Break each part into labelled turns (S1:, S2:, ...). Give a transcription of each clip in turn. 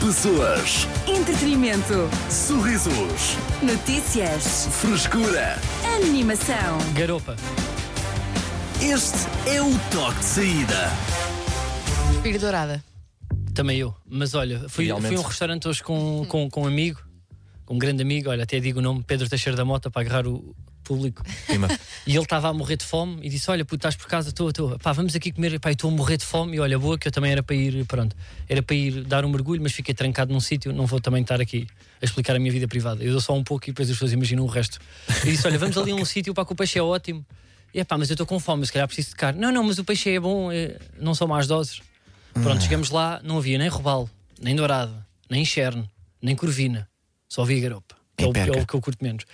S1: Pessoas,
S2: Entretenimento.
S1: sorrisos,
S2: Notícias.
S1: frescura.
S2: Animação.
S3: Garopa.
S1: Este é o toque de saída.
S4: Pira dourada.
S3: Também eu. Mas olha, fui,
S5: Idealmente.
S3: fui a um restaurante hoje com, com, com um amigo, com um grande amigo, olha, até digo o nome, Pedro Teixeira da Mota, para agarrar o público.
S5: Prima.
S3: E ele estava a morrer de fome e disse: Olha, puto, estás por casa, estou, estou. Pá, vamos aqui comer. Pá, eu estou a morrer de fome. E olha, boa, que eu também era para ir, pronto, era para ir dar um mergulho, mas fiquei trancado num sítio. Não vou também estar aqui a explicar a minha vida privada. Eu dou só um pouco e depois as pessoas imaginam o resto. E disse: Olha, vamos ali a um sítio, pá, que o peixe é ótimo. E é pá, mas eu estou com fome, se calhar preciso de carne. Não, não, mas o peixe é bom, é- não são más doses. Pronto, chegamos lá, não havia nem robalo, nem dourado, nem cherne, nem corvina. Só havia garopa. Que é, o, que é o
S5: perca.
S3: que eu curto menos.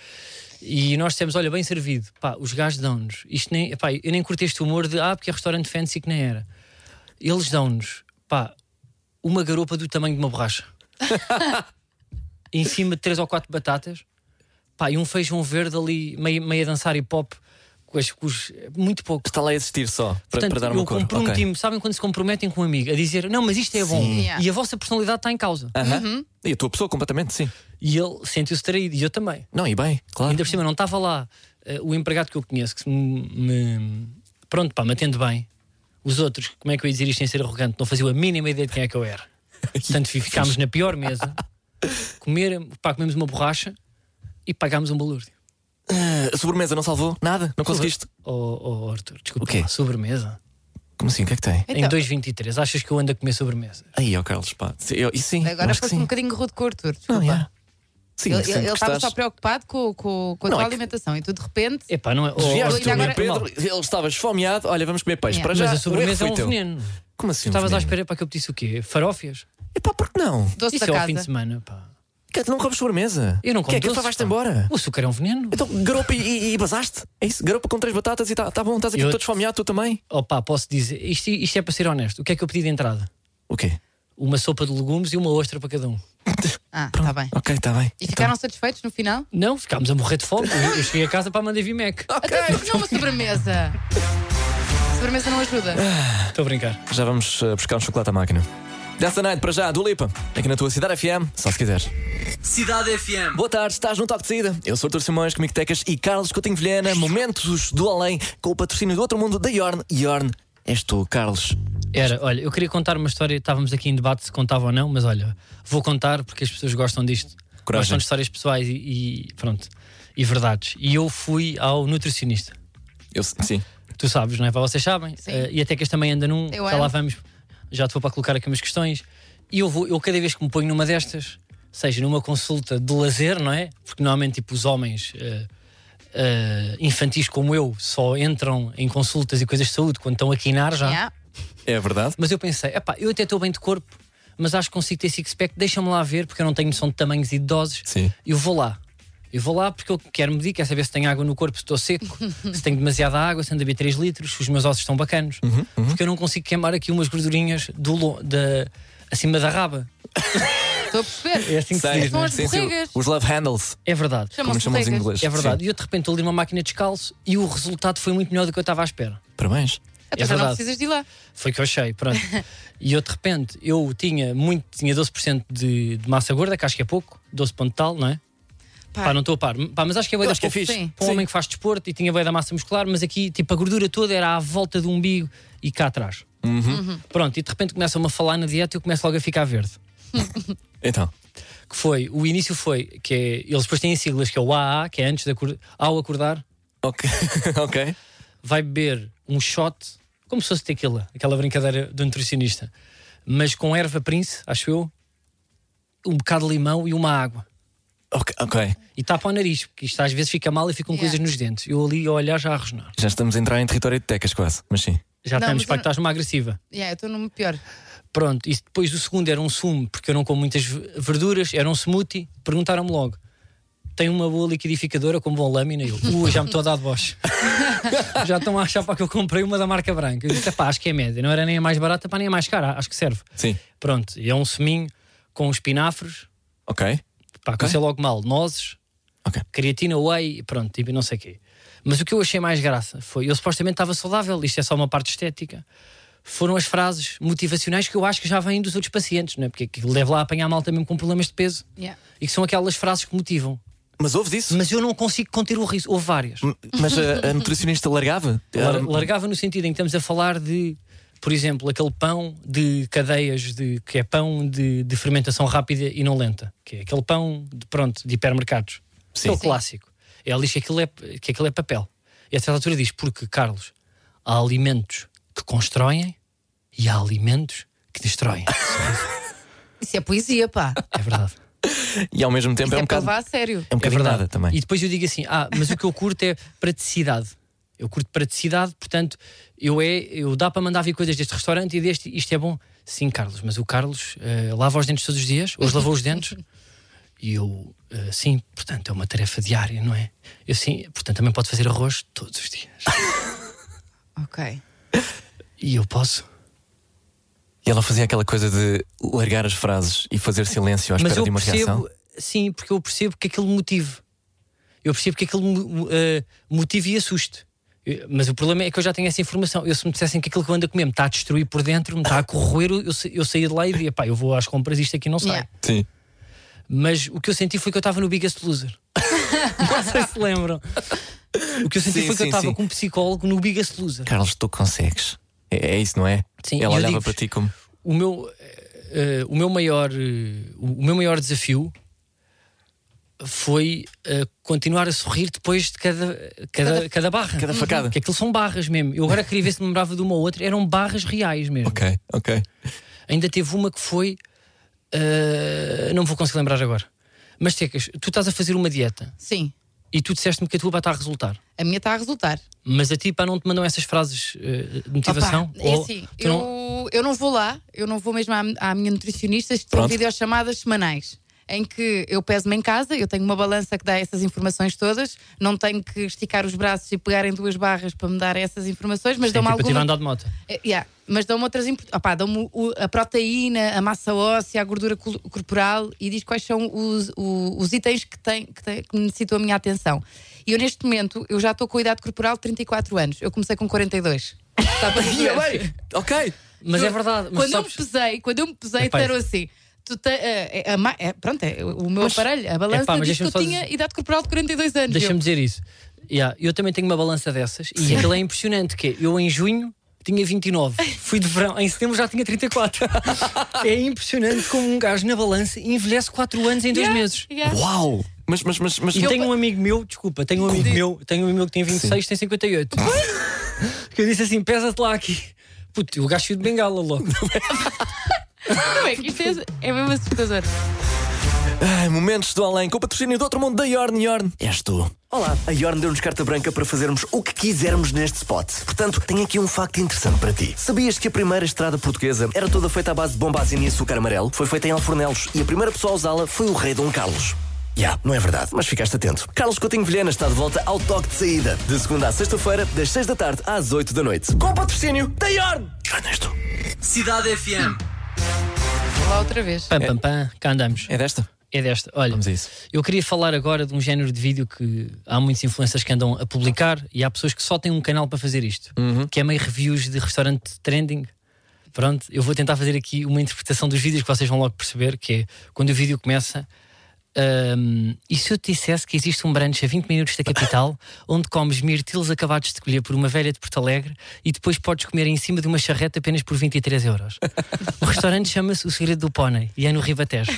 S3: E nós dissemos: olha, bem servido, pá, os gajos dão-nos. Isto nem, pá, eu nem curto este humor de ah, porque é restaurante fancy que nem era. Eles dão-nos, pá, uma garopa do tamanho de uma borracha. em cima de três ou quatro batatas, pá, e um feijão verde ali, meio, meio a dançar hip hop, com as, com os, muito pouco.
S5: Está lá a existir só, para,
S3: Portanto,
S5: para dar
S3: eu
S5: uma cor.
S3: comprometi-me, sabem quando se comprometem com um amigo a dizer não, mas isto é bom
S4: Yeah.
S3: e a vossa personalidade está em causa.
S5: Ok. Aham. Uhum. E a tua pessoa completamente, sim.
S3: E ele sentiu-se traído e eu também.
S5: Não, e bem, claro.
S3: Ainda por cima, não estava lá eh, o empregado que eu conheço, que se me, me- Pronto, pá, me atende bem. Os outros, como é que eu ia dizer isto sem ser arrogante? Não faziam a mínima ideia de quem é que eu era. Portanto, fi- ficámos na pior mesa, comer, pá, comemos uma borracha e pagámos um balúrdio.
S5: Ah, A sobremesa não salvou nada? Não conseguiste?
S3: Oh, oh, Arthur, desculpa,
S5: O quê?
S3: lá, sobremesa.
S5: Como assim? O que é que tem?
S3: Em
S4: Então.
S3: 2,23, achas que eu ando a comer sobremesa?
S5: Aí, ó Carlos, pá. Sim, Eu, e sim, eu
S4: Agora
S5: acho que
S4: foste um
S5: sim.
S4: bocadinho rude com o Arthur.
S5: Não, é.
S4: desculpa.
S5: yeah. Sim,
S4: Ele-
S5: sim,
S4: Ele ele estava só
S5: gostaste.
S4: preocupado com, com, com a
S5: Não,
S4: tua
S5: é que-
S4: alimentação e tu de repente.
S3: Epá, não é. Oh,
S5: Desviaste
S3: Arthur,
S5: tu,
S4: e agora-
S3: é
S5: Pedro,
S3: mal.
S5: ele estava esfomeado. Olha, vamos comer peixe.
S4: Yeah.
S5: Para
S3: Mas
S5: já,
S3: a
S5: o erro
S3: sobremesa é
S5: foi
S3: um
S5: teu.
S3: veneno.
S5: Como assim? um
S3: Estavas à
S5: veneno?
S3: espera para que eu pedisse o quê? Farófias?
S5: Epá, por que não?
S4: Doce
S3: Isso
S4: da
S3: é
S4: casa.
S3: ao fim de semana, pá.
S5: Que- Não comes sobremesa.
S3: Eu não
S5: Que
S3: como
S5: é que
S3: doces,
S5: só vais-te
S3: pá.
S5: embora?
S3: O açúcar é um veneno.
S5: Então, garopa e, e, e basaste? É isso? Garopa com três batatas e tá, tá bom, estás aqui
S3: Eu-
S5: todo esfomeado, tu também?
S3: Opa, posso dizer, isto, isto é para ser honesto. O que é que eu pedi de entrada?
S5: O quê?
S3: Uma sopa de legumes e uma ostra para cada um.
S4: Ah, está bem.
S5: Ok, está bem.
S4: E ficaram satisfeitos no final?
S3: Não, ficámos a morrer de fome. Eu, eu cheguei a casa para mandar vir Mac.
S5: Ok.
S4: Até porque não Então, uma sobremesa. A sobremesa não ajuda.
S5: Ah,
S3: Estou a brincar.
S5: Já vamos eh, buscar um chocolate à máquina. Death the Night, para já, do Lipa. Aqui na tua Cidade FM, só se quiseres.
S1: Cidade FM.
S5: Boa tarde, estás no Toque de Saída. Eu sou Artur Simões, comigo Tecas e Carlos Coutinho Vilhena. Momentos do Além, com o patrocínio do Outro Mundo da Yorn. Yorn, és tu, Carlos.
S3: Era, olha, eu queria contar uma história. Estávamos aqui em debate se contava ou não, mas olha, vou contar porque as pessoas gostam disto.
S5: Coragem.
S3: Gostam de histórias pessoais e, e pronto, e verdades. E eu fui ao nutricionista.
S5: Eu, sim.
S3: Tu sabes, não é? Para vocês sabem. Eh, e até que este também anda num.
S4: Eu
S3: já lá
S4: amo.
S3: vamos. Já te vou para colocar aqui umas questões. E eu vou, eu cada vez que me ponho numa destas, seja numa consulta de lazer, não é? Porque normalmente tipo, os homens eh, eh, infantis como eu só entram em consultas e coisas de saúde quando estão a quinar já.
S4: Yeah.
S5: É verdade.
S3: Mas eu pensei, epá, eu até estou bem de corpo, mas acho que consigo ter six-pack, deixa-me lá ver, porque eu não tenho noção de tamanhos e de doses.
S5: Sim.
S3: Eu vou lá. Eu vou lá porque eu quero medir, quero saber se tenho água no corpo, se estou seco, se tenho demasiada água, se ando a beber 3 litros, se os meus ossos estão bacanos. Porque eu não consigo queimar aqui umas gordurinhas do, lo- da- acima da raba.
S4: Estou a perceber.
S3: É assim que se
S5: Sei.
S3: diz, não é?
S4: as borregas.
S5: Os love handles,
S3: É verdade.
S5: como
S4: Chamam-se
S5: chamam os
S4: borregas.
S5: ingleses.
S3: É verdade. E eu de repente estou ali numa máquina descalço e o resultado foi muito melhor do que eu estava à espera.
S5: Sim. Parabéns.
S4: Até
S3: É
S4: Então, já não
S3: verdade.
S4: precisas de ir lá.
S3: Foi que eu achei, pronto. e eu de repente, eu tinha muito, tinha 12% de, de massa gorda, que acho que é pouco, 12 ponto tal, não é?
S4: Pá.
S3: Pá, não estou a par. Pá, mas acho que é bué
S5: Eu
S3: da
S5: acho que é
S3: pouco.
S5: fixe.
S4: Sim.
S3: Para um homem que faz desporto e tinha bué da massa muscular, mas aqui, tipo, a gordura toda era à volta do umbigo e cá atrás.
S5: Uhum.
S3: Pronto, e de repente começam-me a falar na dieta e eu começo logo a ficar verde.
S5: Então,
S3: Que foi, o início foi, que é, eles depois têm siglas, que é o AA, que é antes de acordar, ao acordar,
S5: ok. ok.
S3: vai beber um shot, como se fosse tequila, aquela brincadeira do nutricionista, mas com erva prince, acho eu, um bocado de limão e uma água.
S5: Ok, ok.
S3: E tapa o nariz, porque isto às vezes fica mal e ficam
S4: Yeah.
S3: coisas nos dentes. Eu ali a olhar já a rosnar.
S5: Já estamos a entrar em território de tecas quase, mas sim.
S3: Já
S4: Não,
S3: estamos,
S4: mas
S3: pá,
S4: eu
S3: que estás numa agressiva.
S4: Yeah, eu estou numa pior.
S3: Pronto, e depois o segundo era um sumo, porque eu não como muitas ve- verduras, era um smoothie. Perguntaram-me logo: tem uma boa liquidificadora com boa lâmina? E Eu, "Ui, já me estou a dar de boche. já estão a achar para que eu comprei uma da marca branca. Eu disse: pá, acho que é média, não era nem a mais barata, pá, nem a mais cara, acho que serve.
S5: Sim.
S3: Pronto, e é um seminho com espinafres,
S5: Ok.
S3: pá,
S5: Ok.
S3: comecei logo mal, nozes,
S5: Ok.
S3: creatina, whey, pronto, tipo, não sei o quê. Mas o que eu achei mais graça foi, eu supostamente estava saudável, isto é só uma parte estética. foram as frases motivacionais que eu acho que já vêm dos outros pacientes, não é? porque aquilo deve lá apanhar malta mesmo com problemas de peso
S4: Yeah.
S3: e que são aquelas frases que motivam.
S5: Mas ouves isso?
S3: Mas eu não consigo conter o riso, houve várias.
S5: Mas a, a nutricionista largava?
S3: Lar- largava no sentido em que estamos a falar de, por exemplo, aquele pão de cadeias de que é pão de, de fermentação rápida e não lenta, que é aquele pão de pronto de hipermercados.
S5: Sim.
S3: É o
S5: Sim.
S3: clássico. Ela diz que aquilo é, que aquilo é papel. E a certa altura diz porque Carlos há alimentos que constroem e há alimentos que destroem.
S4: Isso é poesia, pá.
S3: É verdade.
S5: E ao mesmo tempo
S4: Isso
S5: é
S4: é,
S5: um
S4: para
S5: bocado.
S4: levar a sério.
S5: É
S3: É
S5: um bocadinho
S3: verdade.
S5: nada também.
S3: E depois eu digo assim: ah, mas o que eu curto é praticidade. Eu curto praticidade, portanto, eu é, eu dá para mandar vir coisas deste restaurante e deste, isto é bom. Sim, Carlos, mas o Carlos eh, lava os dentes todos os dias, hoje lavou os dentes. E eu, eh, sim, portanto, é uma tarefa diária, não é? Eu sim, portanto, também pode fazer arroz todos os dias.
S4: Ok.
S3: E eu posso.
S5: E ela fazia aquela coisa de largar as frases e fazer silêncio à
S3: Mas
S5: espera
S3: eu
S5: de uma
S3: percebo,
S5: reação.
S3: sim, porque eu percebo que aquilo motive. Eu percebo que aquilo mo- eh, motive e assuste. Eu- Mas o problema é que eu já tenho essa informação. Eu, se me dissessem que aquilo que eu ando a comer me está a destruir por dentro, me está a corroer, eu, sa- eu saía de lá e dizia, pá, eu vou às compras, isto aqui não sai.
S4: Yeah.
S5: Sim.
S3: Mas o que eu senti foi que eu estava no Biggest Loser. não sei se lembram. O que eu senti
S5: Sim,
S3: foi que eu
S5: sim,
S3: estava
S5: sim.
S3: com um psicólogo no Biggest Loser.
S5: Carlos, tu consegues. É, é isso, não é?
S3: Sim,
S5: ela
S3: eu
S5: olhava
S3: digo-vos-
S5: para ti como.
S3: o meu, eh, eh, o meu maior eh, o meu maior desafio foi eh, continuar a sorrir depois de cada, cada, cada barra.
S5: cada facada.
S3: Porque aquilo são barras mesmo. Eu agora queria ver se me lembrava de uma ou outra. Eram barras reais mesmo.
S5: Ok, ok.
S3: Ainda teve uma que foi. eh, não me vou conseguir lembrar agora. Mas, Tecas, tu estás a fazer uma dieta
S4: Sim.
S3: e tu disseste-me que a tua pá está a resultar.
S4: A minha está a resultar.
S3: Mas a ti, pá, não te mandam essas frases eh, de motivação?
S4: Opa, é assim,
S3: tu
S4: eu,
S3: não-
S4: eu não vou lá, eu não vou mesmo à, à minha nutricionista, estou
S5: Pronto.
S4: a videochamadas semanais. Em que eu peso-me em casa, eu tenho uma balança que dá essas informações todas, não tenho que esticar os braços e pegar em duas barras para me dar essas informações, mas
S3: Sim,
S4: dão-me
S3: tipo, eu tive a
S4: alguma
S3: andar de moto.
S4: eh, yeah, Mas dão-me outras. impor- opá, dão-me o- a proteína, a massa óssea, a gordura col- corporal e diz quais são os, o- os itens que, têm que, têm- que necessitam a minha atenção. E eu, neste momento, eu já estou com a idade corporal de 34 anos. Eu comecei com 42. Está para
S5: E
S4: perceber?
S5: bem, ok.
S3: Tá, Mas é verdade. Mas
S4: quando eu me
S3: sabes-
S4: pesei, quando eu me pesei,
S3: Epá,
S4: disseram assim. Tu te, eh, eh, a ma- eh, pronto, é, o meu aparelho, a balança
S3: epá, mas
S4: diz que
S3: deixa-me
S4: eu
S3: só
S4: tinha idade corporal de 42 anos.
S3: Deixa-me
S4: Eu,
S3: dizer isso. Yeah, eu também tenho uma balança dessas e aquilo é impressionante. Que é, eu em junho tinha 29, fui de verão, em setembro já tinha 34. é impressionante como um gajo na balança envelhece 4 anos em 2
S4: Yeah,
S3: meses.
S4: yeah.
S5: Uau! Mas, mas, mas, mas
S3: E tenho um amigo meu, desculpa, tenho um amigo meu, tenho um amigo meu que tem 26, tem 58. que eu disse assim: pesa-te lá aqui. Puto, o gajo foi de bengala logo.
S4: Não é que isto é, é mesmo assustador.
S5: Ai, momentos do além com o patrocínio do outro mundo da Yorn Yorn. És tu.
S1: Olá, a Yorn deu-nos carta branca para fazermos o que quisermos neste spot. Portanto, tenho aqui um facto interessante para ti. Sabias que a primeira estrada portuguesa era toda feita à base de bombazina e açúcar amarelo? Foi feita em alfornelos e a primeira pessoa a usá-la foi o rei Dom Carlos. Já, não é verdade, mas ficaste atento. Carlos Coutinho Vilhena está de volta ao toque de saída. De segunda à sexta-feira, das seis da tarde às oito da noite. Com o patrocínio da Yorn. Ernesto. Cidade FM.
S4: Vou lá outra vez.
S3: Pam, pam, pam, cá andamos.
S5: É desta?
S3: É desta. Olha,
S5: Vamos a isso.
S3: eu queria falar agora de um género de vídeo que há muitos influencers que andam a publicar e há pessoas que só têm um canal para fazer isto, que é meio reviews de restaurante trending. Pronto, eu vou tentar fazer aqui uma interpretação dos vídeos que vocês vão logo perceber, que é quando o vídeo começa. hum, e se eu te dissesse que existe um brunch a 20 minutos da capital onde comes mirtilos acabados de colher por uma velha de Porto Alegre e depois podes comer em cima de uma charrete apenas por 23 euros? O restaurante chama-se O Segredo do Pônei e é no Ribatejo.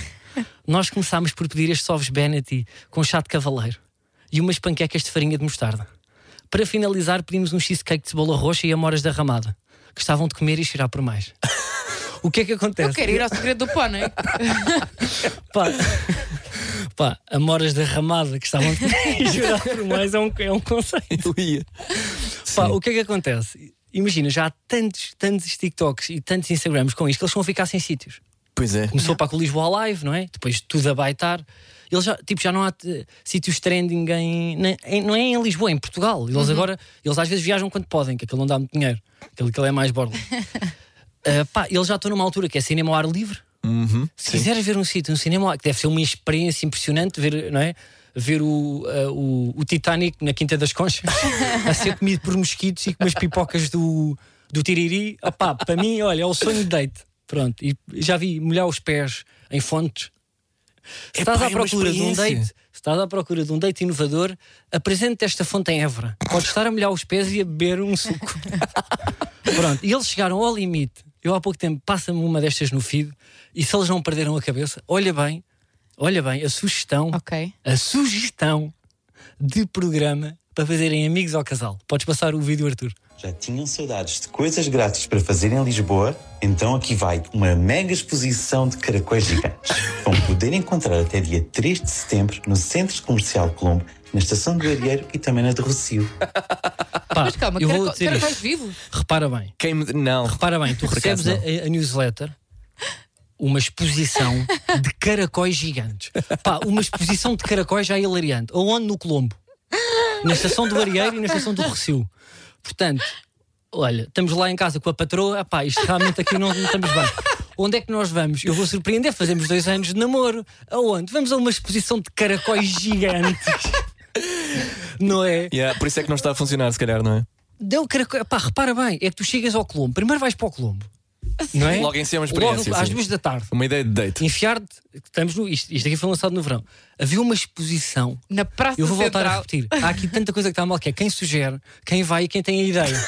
S3: Nós começámos por pedir estes ovos Benetti com chá de cavaleiro e umas panquecas de farinha de mostarda. Para finalizar, pedimos um cheesecake de cebola roxa e amoras da ramada, que estavam de comer e cheirar por mais. O que é que acontece?
S4: Eu quero ir ao segredo do pó, não é?
S3: Pá, pá amoras da ramada, que estavam de comer e cheirar por mais, é um, é um conceito.
S5: Eu ia.
S3: Pá, o que é que acontece? Imagina, já há tantos, tantos TikToks e tantos Instagrams com isto que eles vão ficar sem sítios.
S5: Pois é.
S3: Começou para com o Lisboa Live, não é? Depois tudo a baitar. Eles já, tipo, já não há eh, sítios trending em, nem- em- Não é em Lisboa, é em Portugal. Eles agora, eles às vezes viajam quando podem, que aquilo não dá muito dinheiro. Aquilo, aquilo é mais borla. Ah, pá, eles já estão numa altura que é cinema ao ar livre. Se quiseres ver um sítio, um cinema, ao ar- que deve ser uma experiência impressionante ver, não é? Ver o, ah, o, o Titanic na Quinta das Conchas a ser comido por mosquitos e com umas pipocas do, do tiriri, opá, para mim, olha, é o sonho de date. Pronto, e já vi molhar os pés em fontes. Se estás
S5: Epá,
S3: à
S5: é uma
S3: procura de um
S5: experiência.
S3: date, se estás à procura de um date inovador, apresente esta fonte em Évora. Podes estar a molhar os pés e a beber um suco. Pronto, e eles chegaram ao limite. Eu há pouco tempo passa-me uma destas no feed e se eles não perderam a cabeça, olha bem, olha bem, a sugestão
S4: Ok.
S3: a sugestão de programa para fazerem amigos ao casal. Podes passar o vídeo, Arthur.
S6: Já tinham saudades de coisas grátis para fazer em Lisboa? Então aqui vai uma mega exposição de caracóis gigantes. Vão poder encontrar até dia 3 de setembro no Centro Comercial Colombo, na Estação do Arieiro e também na de Rocio.
S3: Pá,
S4: Mas calma,
S3: eu
S4: quero
S3: vou dizer
S4: caracóis
S3: isto.
S4: vivos?
S3: Repara bem,
S5: Quem me... Não.
S3: repara bem, tu recebes
S5: acaso
S3: a, a- a newsletter uma exposição de caracóis gigantes. Pá, uma exposição de caracóis já é hilariante. Aonde? No Colombo. Na estação do Arieiro e na estação do Recio. Portanto, olha, estamos lá em casa com a patroa, ah pá, isto realmente aqui não, não estamos bem. Onde é que nós vamos? Eu vou surpreender, fazemos dois anos de namoro. Aonde? Vamos a uma exposição de caracóis gigantes. Não é?
S5: Yeah, por isso é que não está a funcionar, se calhar, não é?
S3: Deu caracóis. Pá, repara bem, é que tu chegas ao Colombo. Primeiro vais para o Colombo. Não é?
S5: Logo em si é uma
S3: Logo
S5: experiência,
S3: às
S5: sim.
S3: duas da tarde.
S5: Uma ideia de date.
S3: Enfiar-te. Estamos no, isto, isto aqui foi lançado no verão. Havia uma exposição.
S4: Na Praça
S3: Eu vou voltar a
S4: Central.
S3: repetir. Há aqui tanta coisa que está mal que é quem sugere, quem vai e quem tem a ideia.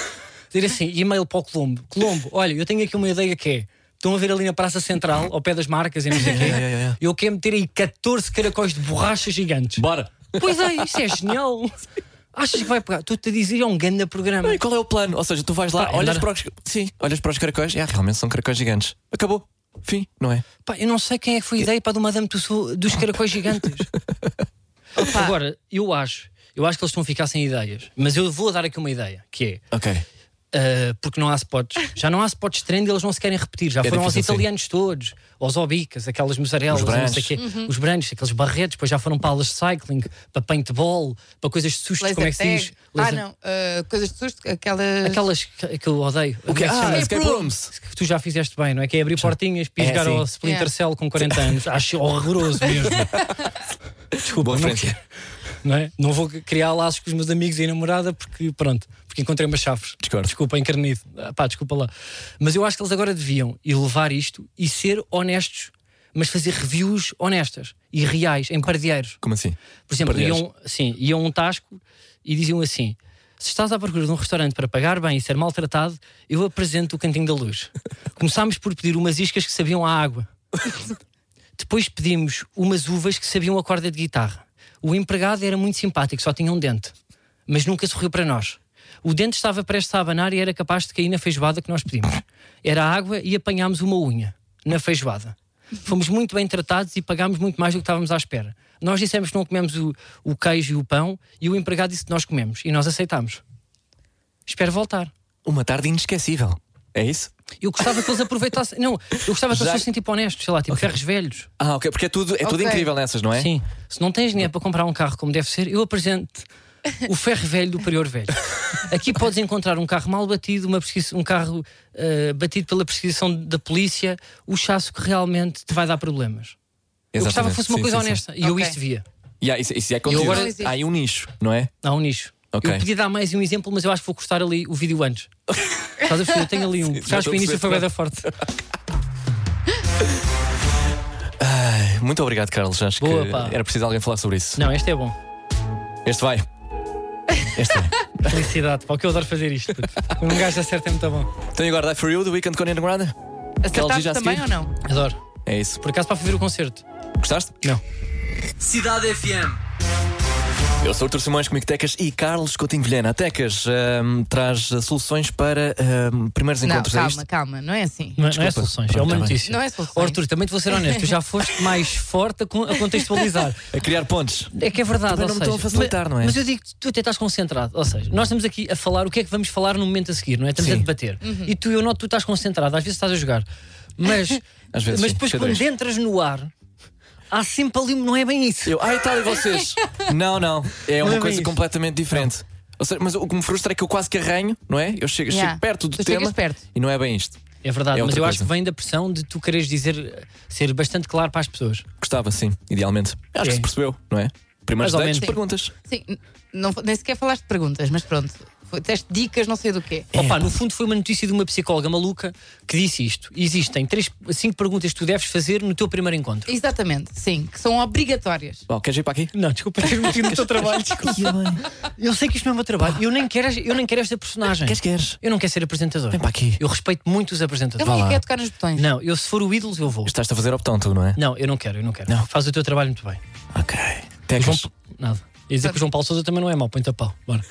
S3: Dizer assim, e-mail para o Colombo. Colombo, olha, eu tenho aqui uma ideia que é. Estão a ver ali na Praça Central, ao pé das marcas e não sei o quê.
S5: Yeah, yeah, yeah.
S3: Eu quero meter aí 14 caracóis de borracha gigantes.
S5: Bora!
S3: pois é, isto é genial. Achas que vai pegar? Estou-te a dizer, é um grande programa.
S5: Não, e qual é o plano? Ou seja, tu vais lá,
S3: Pá,
S5: olhas
S3: andar-
S5: para os. Sim, olhas para os caracóis. Ah, realmente são caracóis gigantes. Acabou. Fim, não é?
S3: Pá, eu não sei quem é que foi a ideia para do Madame Tussauds dos caracóis gigantes. Agora, eu acho, eu acho que eles estão a ficar sem ideias, mas eu vou dar aqui uma ideia, que
S5: Ok.
S3: é ah, porque não há spots, já não há spots trend, eles não se querem repetir, já foram aos
S5: difícil, sim.
S3: italianos todos, aos obicas, aquelas mussarelas,
S5: assim. Os
S3: não
S5: branches.
S3: sei quê, os brancos, aqueles barretes, depois já foram para aulas de cycling, para paintball, para coisas de susto,
S4: Laser
S3: como é que se
S4: tag.
S3: diz?
S4: Ah,
S3: Laser-
S4: não. ah, coisas de susto, aquelas.
S3: Aquelas que, que eu odeio.
S5: O
S3: Como
S5: que
S3: é que se
S5: Ah,
S3: chama?
S5: escape rooms!
S3: que tu já fizeste bem, não é? Que é abrir portinhas, pisgar
S5: É, sim.
S3: ao Splinter
S4: É.
S3: Cell com 40 anos. Acho horroroso mesmo. Desculpa,
S5: Boa
S3: não,
S5: referência.
S3: quero, não, é? não vou criar laços com os meus amigos e a namorada porque, pronto, porque encontrei umas chaves.
S5: Discordo.
S3: Desculpa, encarnido. Ah, pá, desculpa lá. Mas eu acho que eles agora deviam elevar isto e ser honestos, mas fazer reviews honestas e reais, em pardieiros.
S5: Como assim?
S3: Por exemplo,
S5: Pardieiros.
S3: iam, sim, iam a um Tasco e diziam assim: se estás à procura de um restaurante para pagar bem e ser maltratado, eu apresento o Cantinho da Luz. Começámos por pedir umas iscas que sabiam a água. Depois pedimos umas uvas que sabiam a corda de guitarra. O empregado era muito simpático, só tinha um dente, mas nunca sorriu para nós. O dente estava prestes a abanar e era capaz de cair na feijoada que nós pedimos. Era água e apanhámos uma unha na feijoada. Fomos muito bem tratados e pagámos muito mais do que estávamos à espera. Nós dissemos que não comemos o, o queijo e o pão e o empregado disse que nós comemos e nós aceitámos. Espero voltar.
S5: Uma tarde inesquecível. É isso?
S3: Eu gostava que eles aproveitassem. Não, eu gostava que eles
S5: Já-
S3: fossem tipo honestos, sei lá, tipo ferros velhos.
S5: Ah, ok, porque é tudo, é tudo
S4: Ok.
S5: incrível nessas, não é?
S3: Sim. Se não tens dinheiro para comprar um carro como deve ser, eu apresento o ferro velho do Prior Velho. Aqui podes encontrar um carro mal batido, uma perseguição- um carro ah, batido pela perseguição da polícia, o chasso que realmente te vai dar problemas. Eu gostava que fosse uma
S5: Sim,
S3: coisa
S5: sim, sim.
S3: honesta. E eu
S4: Ok.
S3: isto via.
S5: Yeah, isso, isso é
S3: E
S5: conteúdo.
S3: agora-
S4: Não existe.
S5: Há aí um nicho, não é?
S3: Há um nicho.
S5: Ok.
S3: Eu podia dar mais um exemplo, mas eu acho que vou cortar ali o vídeo antes. Estás a perceber? Eu tenho ali um. Porque
S5: já
S3: acho que o
S5: estou a
S3: início foi
S5: perceber,
S3: bem da forte.
S5: Muito obrigado, Carlos. Acho
S3: Boa,
S5: que
S3: pá.
S5: era preciso alguém falar sobre isso.
S3: Não, este é bom.
S5: Este vai. Este vai.
S3: Felicidade, pá, que eu adoro fazer isto. puto. Quando Um gajo acerta é muito bom.
S5: então, e agora, Die For You, The Weekend com a Nina Grande?
S4: Acertaste
S5: já a
S4: também
S5: seguir?
S4: ou não?
S3: Adoro.
S5: É isso.
S3: Por acaso, para fui ver o concerto.
S5: Gostaste?
S3: Não.
S1: Cidade FM.
S5: Eu sou o Artur Simões, comigo Tecas e Carlos Coutinho Vilhena. A Tecas ahm, traz ah, soluções para ahm, primeiros
S4: Não,
S5: encontros. é
S4: calma,
S5: isto?
S4: calma, não é assim.
S3: Não é- não é
S5: Desculpa.
S3: soluções,
S5: Pronto,
S3: é uma
S5: tá bem.
S3: notícia.
S4: Não é soluções.
S3: Oh, Arthur, também te vou ser honesto, tu já foste mais forte a con- a contextualizar.
S5: A criar pontes.
S3: É que é verdade,
S5: Também
S3: ou
S5: não me
S3: seja,
S5: estão a facilitar,
S3: mas,
S5: não é?
S3: Mas eu digo, tu até estás concentrado. Ou seja, nós estamos aqui a falar o que é que vamos falar no momento a seguir, não é? Estamos
S5: Sim.
S3: a debater.
S4: Uhum.
S3: E tu, eu noto, tu estás concentrado, às vezes estás a jogar. Mas,
S5: Às vezes,
S3: mas
S5: sim,
S3: depois,
S5: xadrez.
S3: quando entras no ar, há sempre ali, não é bem isso.
S5: Eu, ai, tal, e vocês? não, não. É
S3: Não é
S5: uma
S3: bem
S5: coisa
S3: isso.
S5: completamente diferente. Ou seja, mas o que me frustra é que eu quase que arranho, não é? Eu chego,
S4: Yeah.
S5: chego perto do
S4: Tu chegas
S5: tema
S4: perto.
S5: e não é bem isto.
S3: É verdade,
S5: É
S3: mas
S5: outra
S3: eu acho que
S5: coisa.
S3: vem da pressão de tu quereres dizer, ser bastante claro para as pessoas.
S5: Gostava, sim, idealmente. Acho que
S3: É.
S5: se percebeu, não é? Primeiros
S3: Mais ou
S5: dates,
S3: menos.
S5: perguntas.
S4: Sim, não, nem sequer falaste de perguntas, mas pronto. Foi- Deste dicas, não sei do quê.
S5: É.
S3: Opa, no fundo foi uma notícia de uma psicóloga maluca que disse isto. Existem três, cinco perguntas que tu deves fazer no teu primeiro encontro.
S4: Exatamente, sim, que são obrigatórias.
S5: Bom, queres ir para aqui?
S3: Não, desculpa, queres me no teu trabalho. desculpa. Eu sei que isto não é o meu trabalho. Eu nem quero, eu nem quero esta personagem.
S5: Queres, queres?
S3: Eu não quero ser apresentador.
S5: Vem para aqui.
S3: Eu respeito muito os apresentadores.
S4: Ele não
S5: lá.
S4: Então, quer tocar nos botões.
S3: Não, eu se for o ídolo, eu vou.
S5: Estás-te a fazer optão, tu, não é?
S3: Não, eu não quero, eu não quero.
S5: Não. É
S3: Faz o teu trabalho muito bem.
S5: Ok.
S3: O João,
S5: Tecas.
S3: Pa- nada. Ia dizer que o João Paulo Souza também não é mau, põe-te a pau. Bora.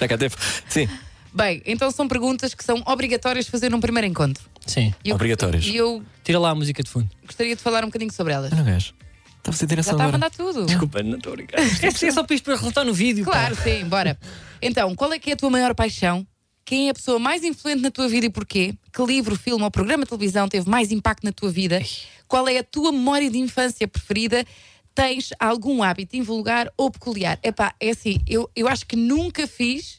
S5: Já cá teve. Sim.
S4: Bem, então são perguntas que são obrigatórias de fazer num primeiro encontro.
S3: Sim.
S4: E eu-
S5: Obrigatórias.
S4: E eu
S3: Tira lá a música de fundo.
S4: gostaria de falar um bocadinho sobre elas.
S5: Ah, Não queres? Estava sem
S4: Já
S5: direção
S4: está a
S5: agora.
S4: mandar tudo.
S3: Desculpa, não estou a brincar. Isto é só para isto para relatar no vídeo. pá.
S4: Claro, sim, bora. Então, qual é que é a tua maior paixão? Quem é a pessoa mais influente na tua vida e porquê? Que livro, filme ou programa de televisão teve mais impacto na tua vida? Qual é a tua memória de infância preferida? Tens algum hábito invulgar ou peculiar? Epá, é assim, eu, eu acho que nunca fiz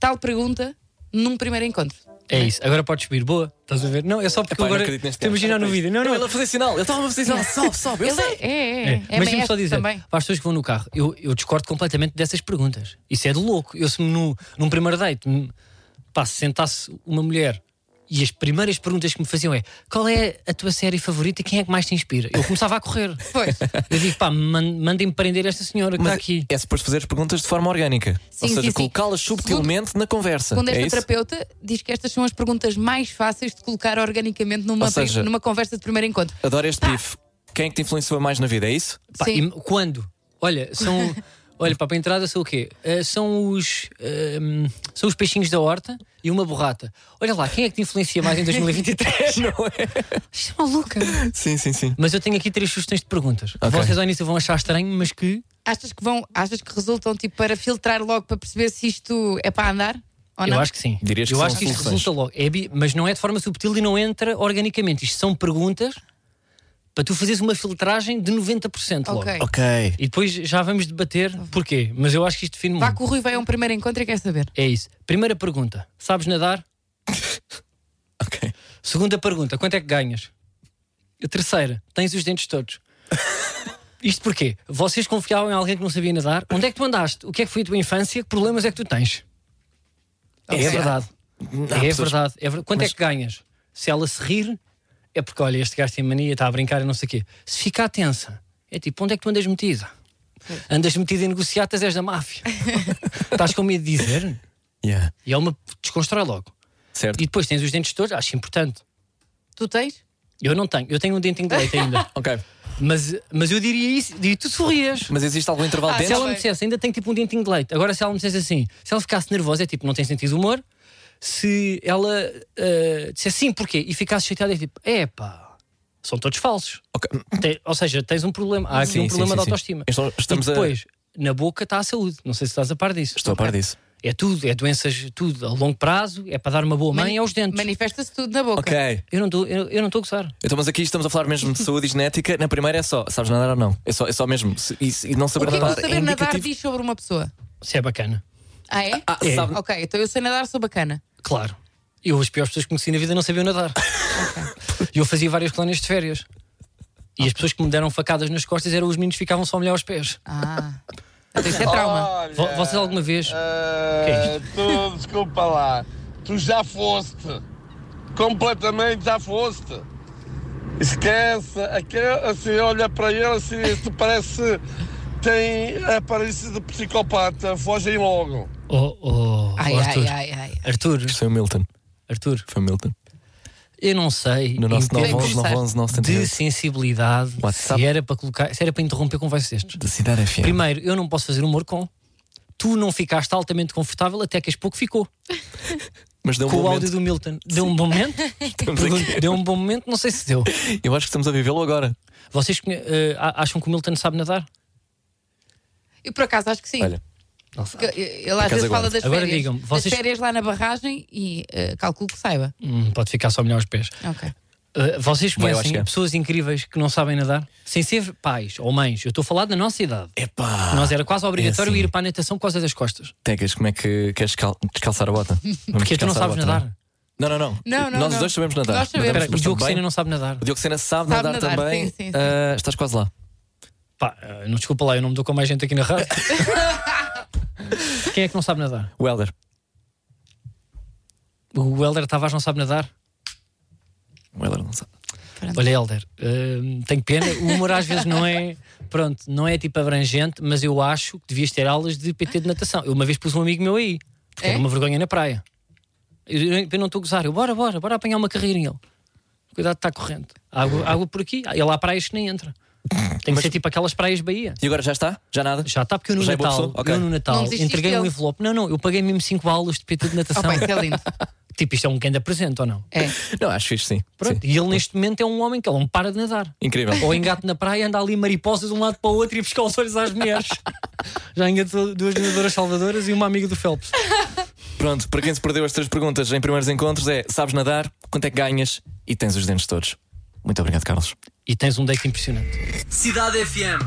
S4: tal pergunta num primeiro encontro.
S3: É isso. Agora podes subir. Boa. Estás a ver? Não, é só porque
S5: Epá, eu não
S3: agora.
S5: acredito neste
S3: Estou a imaginar
S5: tempo.
S3: no vídeo. Não, tá não.
S5: Ele a fazer sinal. Ele estava a fazer sinal. Sobe, sobe. Eu
S4: Ele
S5: sei.
S4: é, é, é, é,
S3: mas deixa-me só
S4: maestro
S3: dizer,
S4: também.
S3: para as pessoas que vão no carro, eu, eu discordo completamente dessas perguntas. Isso é de louco. Eu, se me no, num primeiro date, me, pá, se sentasse uma mulher e as primeiras perguntas que me faziam é qual é a tua série favorita e quem é que mais te inspira? Eu começava a correr.
S4: Pois.
S3: Eu digo, pá, man- mandem-me prender esta senhora que está aqui.
S5: É suposto fazer as perguntas de forma orgânica.
S4: Sim,
S5: Ou seja,
S4: sim, sim.
S5: colocá-las subtilmente na conversa.
S4: Segundo
S5: é
S4: esta
S5: isso?
S4: terapeuta, diz que estas são as perguntas mais fáceis de colocar organicamente numa,
S5: Ou seja-
S4: numa conversa de primeiro encontro.
S5: Adoro este bife. Quem é que te influenciou mais na vida? É isso?
S3: Pá,
S4: Sim.
S3: e quando? Olha, são. Olha, pá, para a entrada são o quê? Eh, são os. eh, hum, são os peixinhos da horta e uma borrata. Olha lá, quem é que te influencia mais em 2023?
S5: Não é?
S3: Isto é maluca.
S5: Sim, sim, sim.
S3: Mas eu tenho aqui três sugestões de perguntas.
S5: Ok.
S3: Vocês ao início vão achar estranho, mas que.
S4: Achas que vão, achas que resultam tipo para filtrar logo para perceber se isto é para andar ou
S3: eu
S4: não?
S3: acho que sim.
S5: Dirias que
S3: eu
S5: são
S3: acho que isto
S5: soluções.
S3: resulta logo. É bi- mas não é de forma subtil e não entra organicamente. Isto são perguntas para tu fazeres uma filtragem de 90% logo.
S4: Ok. Uhum.
S5: Ok.
S3: E depois já vamos debater porquê. Mas eu acho que isto define
S4: Vá
S3: muito.
S4: que o Rui vai a um primeiro encontro e quer saber.
S3: É isso. Primeira pergunta: sabes nadar?
S5: Ok.
S3: Segunda pergunta: quanto é que ganhas? A terceira: tens os dentes todos. Isto porquê? Vocês confiavam em alguém que não sabia nadar? Onde é que tu andaste? O que é que foi a tua infância? Que problemas é que tu tens? É verdade.
S5: há
S3: é,
S5: pessoas-
S3: verdade. é verdade. Quanto é que ganhas? Se ela se rir, é porque olha, este gajo tem mania, está a brincar e não sei o quê. Se ficar tensa, é tipo, onde é que tu andas metida? Andas metida em negociatas, és da máfia. Estás com medo de dizer?
S5: Yeah.
S3: E é uma. desconstrói logo.
S5: Certo.
S3: E depois tens os dentes todos, acho importante.
S4: Tu tens?
S3: Eu não tenho, eu tenho um dentinho de leite ainda.
S5: Ok.
S3: Mas, mas eu diria isso, e tu sorrias.
S5: Mas existe algum intervalo de
S3: se
S5: dentro?
S3: ela me dissesse, ainda tem tipo um dentinho de leite. Agora, se ela me dissesse assim, se ela ficasse nervosa, é tipo, não tem sentido de humor. Se ela ah, dissesse sim, porquê? E ficasse chateada, é tipo, epá, são todos falsos.
S5: Ok.
S3: Te- ou seja, tens um problema, há aqui
S5: Sim,
S3: um
S5: sim,
S3: problema
S5: sim,
S3: de
S5: sim.
S3: autoestima.
S5: Então, estamos
S3: e
S5: a-
S3: depois, na boca está a saúde. Não sei se estás a par disso.
S5: Estou a par disso.
S3: É tudo, é doenças, tudo a longo prazo, é para dar uma boa mãe, é aos dentes.
S4: Manifesta-se tudo na boca.
S5: Ok.
S3: Eu não estou eu, eu não estou a gozar.
S5: Então, mas aqui estamos a falar mesmo de saúde e genética. Na primeira é só, sabes nadar ou não? É só, é só mesmo. Se- E, se- e não
S4: O
S5: saber
S4: que é que o
S5: nadar
S4: saber
S5: é
S4: nadar
S5: indicativo.
S4: diz sobre uma pessoa?
S3: Se é bacana.
S4: Ah, é?
S5: Ah,
S3: É.
S5: sabe-
S4: Ok, então eu sei nadar, sou bacana.
S3: Claro. Eu, as piores pessoas que conheci na vida, não sabiam nadar. E Eu fazia várias colónias de férias. E as pessoas que me deram facadas nas costas eram os meninos que ficavam só a molhar os pés.
S4: Ah. Então isso é trauma.
S3: Vo- Vocês alguma vez.
S7: Ah,
S3: Que é
S7: tu, desculpa lá. Tu já foste. Completamente já foste. Esquece. Aquele, assim, olha para ele assim, tu parece. Tem a aparência de psicopata. Fogem logo.
S3: Oh, oh,
S4: Ai,
S3: oh,
S4: ai,
S3: Arthur.
S4: ai, ai.
S3: Arthur,
S5: Isto foi o Milton.
S3: Arthur,
S5: Foi o Milton.
S3: eu não sei.
S5: No nosso
S3: em termos
S5: 911, 911,
S3: de
S5: 978.
S3: sensibilidade,
S5: WhatsApp.
S3: se era para colocar, se era para interromper conversas destes.
S5: De Cidade FM.
S3: Primeiro, eu não posso fazer humor com. Tu não ficaste altamente confortável até que as pouco ficou.
S5: Mas deu um
S3: com o
S5: bom momento.
S3: áudio do Milton. Deu um bom momento?
S5: aqui.
S3: Pergunto, deu um bom momento? Não sei se deu.
S5: Eu acho que estamos a vivê-lo agora.
S3: Vocês conhe- eh, a- acham que o Milton sabe nadar?
S4: Eu por acaso acho que sim.
S5: Olha.
S3: Não
S4: Porque eh,
S3: sabe.
S4: Ele às
S5: acaso
S4: vezes
S5: agora.
S4: fala das
S3: Agora
S4: férias.
S3: digam-me, vocês-
S4: Das férias lá na barragem e eh, calculo que saiba.
S3: Hum, pode ficar só melhor aos pés.
S4: Ok.
S3: Eh, vocês
S5: Vai, eu
S3: conhecem
S5: acho que é.
S3: pessoas incríveis que não sabem nadar? Sem ser pais ou mães. Eu estou a falar da nossa idade.
S5: Epá.
S3: Nós era quase obrigatório
S5: Ah, é assim.
S3: ir para a natação por causa das costas.
S5: Tegas, como é que queres cal- descalçar a bota?
S3: Porque tu não sabes nadar.
S5: Não, não, não.
S4: Não, não,
S5: Nós os
S4: não.
S5: dois sabemos nadar.
S4: Nós sabemos.
S5: Nadamos
S3: Espera, o
S5: bastante
S3: Diogo
S5: bem.
S3: Sena não sabe nadar.
S5: O Diogo Sena sabe,
S4: Sabe
S5: nadar,
S4: nadar,
S5: também.
S4: sim, sim, sim.
S5: Ah, estás quase lá.
S3: Pá, eh, não desculpa lá, eu não me dou com mais gente aqui na rádio. Quem é que não sabe nadar?
S5: O Helder.
S3: O Helder Tavares não sabe nadar?
S5: O Helder não sabe.
S3: Olha, Helder, hum, tenho pena. O humor às vezes não é, pronto, não é tipo abrangente, mas eu acho que devias ter aulas de PT de natação. Eu uma vez pus um amigo meu aí, porque
S4: É?
S3: era uma vergonha na praia. Eu, eu não estou a gozar, eu bora, bora, bora apanhar uma carreira em ele. Cuidado, está corrente. Água, água por aqui, ele há praias que nem entra. Tem que ser tipo aquelas praias Bahia.
S5: E agora já está? Já nada?
S3: Já está, porque eu no
S5: Já é boa
S3: Natal,
S5: pessoa? Ok.
S3: eu no
S4: Não
S3: Natal
S4: desististe
S3: entreguei um
S4: dele?
S3: envelope. Não, não, eu paguei mesmo 5 aulas de PT de natação.
S4: Opa, isso é lindo.
S3: Tipo, isto é um grande presente ou não?
S4: É.
S5: Não, acho fixe, sim.
S3: Pronto,
S5: Sim.
S3: e ele neste momento é um homem que ele não para de nadar.
S5: Incrível.
S3: Ou engato na praia, anda ali mariposas de um lado para o outro e a buscar os olhos às mulheres. Já engatou duas nadadoras salvadoras e uma amiga do Phelps.
S5: Pronto, para quem se perdeu as três perguntas em primeiros encontros é sabes nadar, quanto é que ganhas e tens os dentes todos. Muito obrigado, Carlos.
S3: E tens um date impressionante.
S1: Cidade FM.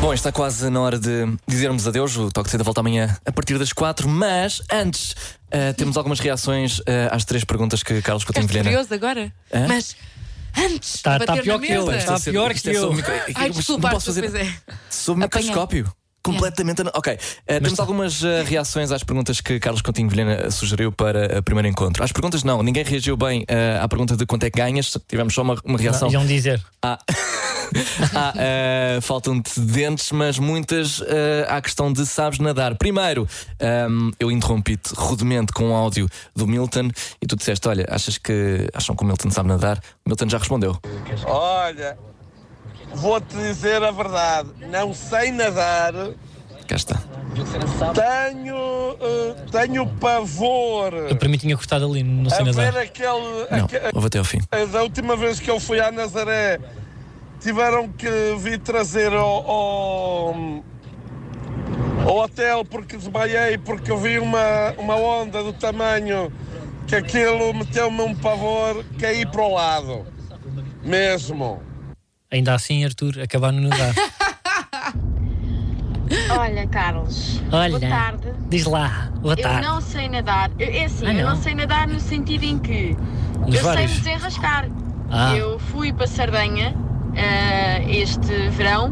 S5: Bom, está quase na hora de dizermos adeus. O Toque de Saída volta amanhã a partir das quatro, mas antes eh, temos algumas reações eh, às três perguntas que Carlos Coutinho
S4: Ficaste
S5: Vilhena...
S4: curioso agora?
S5: Hã?
S4: Mas antes
S3: Tá-
S4: de
S3: tá
S4: bater
S3: pior
S4: na
S3: que eu,
S4: mesa.
S3: está
S5: é
S3: pior que eu.
S4: Ai, desculpa,
S5: não posso
S4: Arthur,
S5: fazer
S4: pois é.
S5: sob microscópio. Completamente. ana- Ok. Eh, temos algumas eh, reações às perguntas que Carlos Coutinho Vilhena eh, sugeriu para eh, o primeiro encontro. Às perguntas, não. Ninguém reagiu bem eh, à pergunta de quanto é que ganhas. Tivemos só uma, uma reação.
S3: Iam dizer.
S5: Há, eh, Faltam-te dentes, mas muitas eh, à questão de sabes nadar. Primeiro, ehm, eu interrompi-te rudemente com o áudio do Milton e tu disseste: Olha, achas que acham que o Milton sabe nadar? O Milton já respondeu.
S7: Olha, vou-te dizer a verdade. Não sei nadar,
S5: Cá está.
S7: tenho, eh, tenho pavor
S3: Eu para mim tinha cortado ali, não
S7: a
S3: sei
S7: ver
S3: nadar.
S7: aquele.
S5: Não,
S7: aque-
S5: houve até ao fim.
S7: Eh, Da última vez que eu fui à Nazaré, tiveram que vir trazer ao, ao, ao hotel porque desmaiei, porque eu vi uma, uma onda do tamanho que aquilo meteu-me um pavor, caí para o lado. Mesmo.
S3: Ainda assim, Arthur, acabar no nadar.
S8: Olha, Carlos.
S3: Olha.
S8: Boa tarde.
S3: Diz lá, boa
S8: Eu
S3: tarde.
S8: não sei nadar. Eu- É assim,
S3: Ah,
S8: eu
S3: não.
S8: não sei nadar no sentido em que
S3: Nos
S8: eu sei
S3: vários.
S8: me desenrascar.
S3: Ah.
S8: Eu fui para Sardenha ah, este verão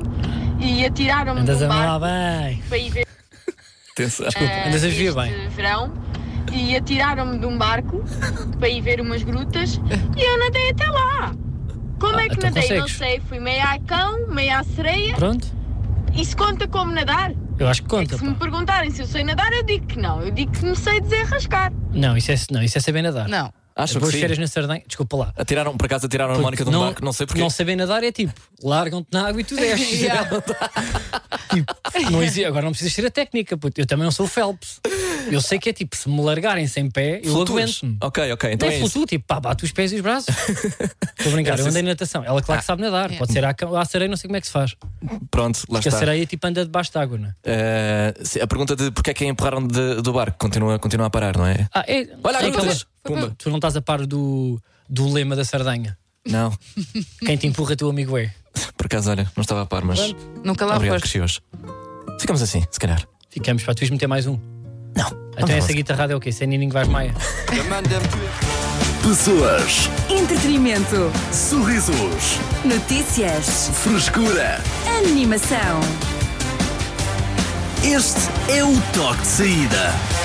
S8: e atiraram-me
S3: Andas
S8: de
S3: a
S8: um
S3: mal
S8: barco
S3: bem.
S8: para ir ver
S5: Atenção.
S8: ah,
S3: Andas a
S8: este
S3: viver bem.
S8: verão e atiraram-me de um barco para ir ver umas grutas e eu nadei até lá. Como
S3: Ah,
S8: é que
S3: então
S8: nadei? Não
S3: consegues.
S8: sei, fui meia a cão, meia a sereia.
S3: Pronto,
S8: Isso conta como nadar?
S3: eu acho que
S8: É Que
S3: conta.
S8: se
S3: pá.
S8: me perguntarem se eu sei nadar, eu digo que não. Eu digo que me sei desenrascar.
S3: Não, isso é, não, isso é saber nadar.
S4: Não.
S5: Acho
S3: Boas
S5: que sim.
S3: férias na Sardenha, desculpa lá.
S5: Atiraram, por acaso atiraram a Mónica de um barco, não sei porquê.
S3: Não saber nadar é tipo, largam-te na água e tu
S4: É.
S3: desces. tipo, não exi- agora não precisas ter a técnica, puto. eu também não sou o Phelps. Eu sei que é tipo, se me largarem sem pé, eu
S5: Flutuas.
S3: aguento-me.
S5: Ok, ok. Então
S3: Não
S5: é,
S3: é
S5: isso. assim
S3: flutuo, tipo, pá, bate os pés e os braços. Estou a brincar, eu andei na natação. Ela, claro que sabe
S5: É.
S3: nadar, pode ser à, ca- à sereia, não sei como é que se faz.
S5: Pronto, Ah. lá
S3: Porque a
S5: está.
S3: sereia tipo anda debaixo de água, não é?
S5: Eh, se- a pergunta de porque é que a empurraram de- do barco continua, continua a parar, não é?
S3: Ah, é.
S5: Olha,
S3: é
S5: agora
S3: aquela-
S5: Pumba.
S3: Tu não estás a par do, do lema da Sardanha.
S5: Não,
S3: Quem te empurra, teu amigo é.
S5: por acaso, olha, não estava a par, mas
S4: Nunca lá
S5: obrigado,
S4: foste.
S5: cresci hoje. Ficamos assim, se calhar.
S3: Ficamos, pá, tu ias meter mais um.
S5: Não.
S3: Então essa guitarrada é o quê? Sem Nininho Vaz Maia.
S1: Pessoas,
S2: Entretenimento.
S1: sorrisos,
S2: Notícias.
S1: frescura.
S2: Animação.
S1: Este é o toque de saída.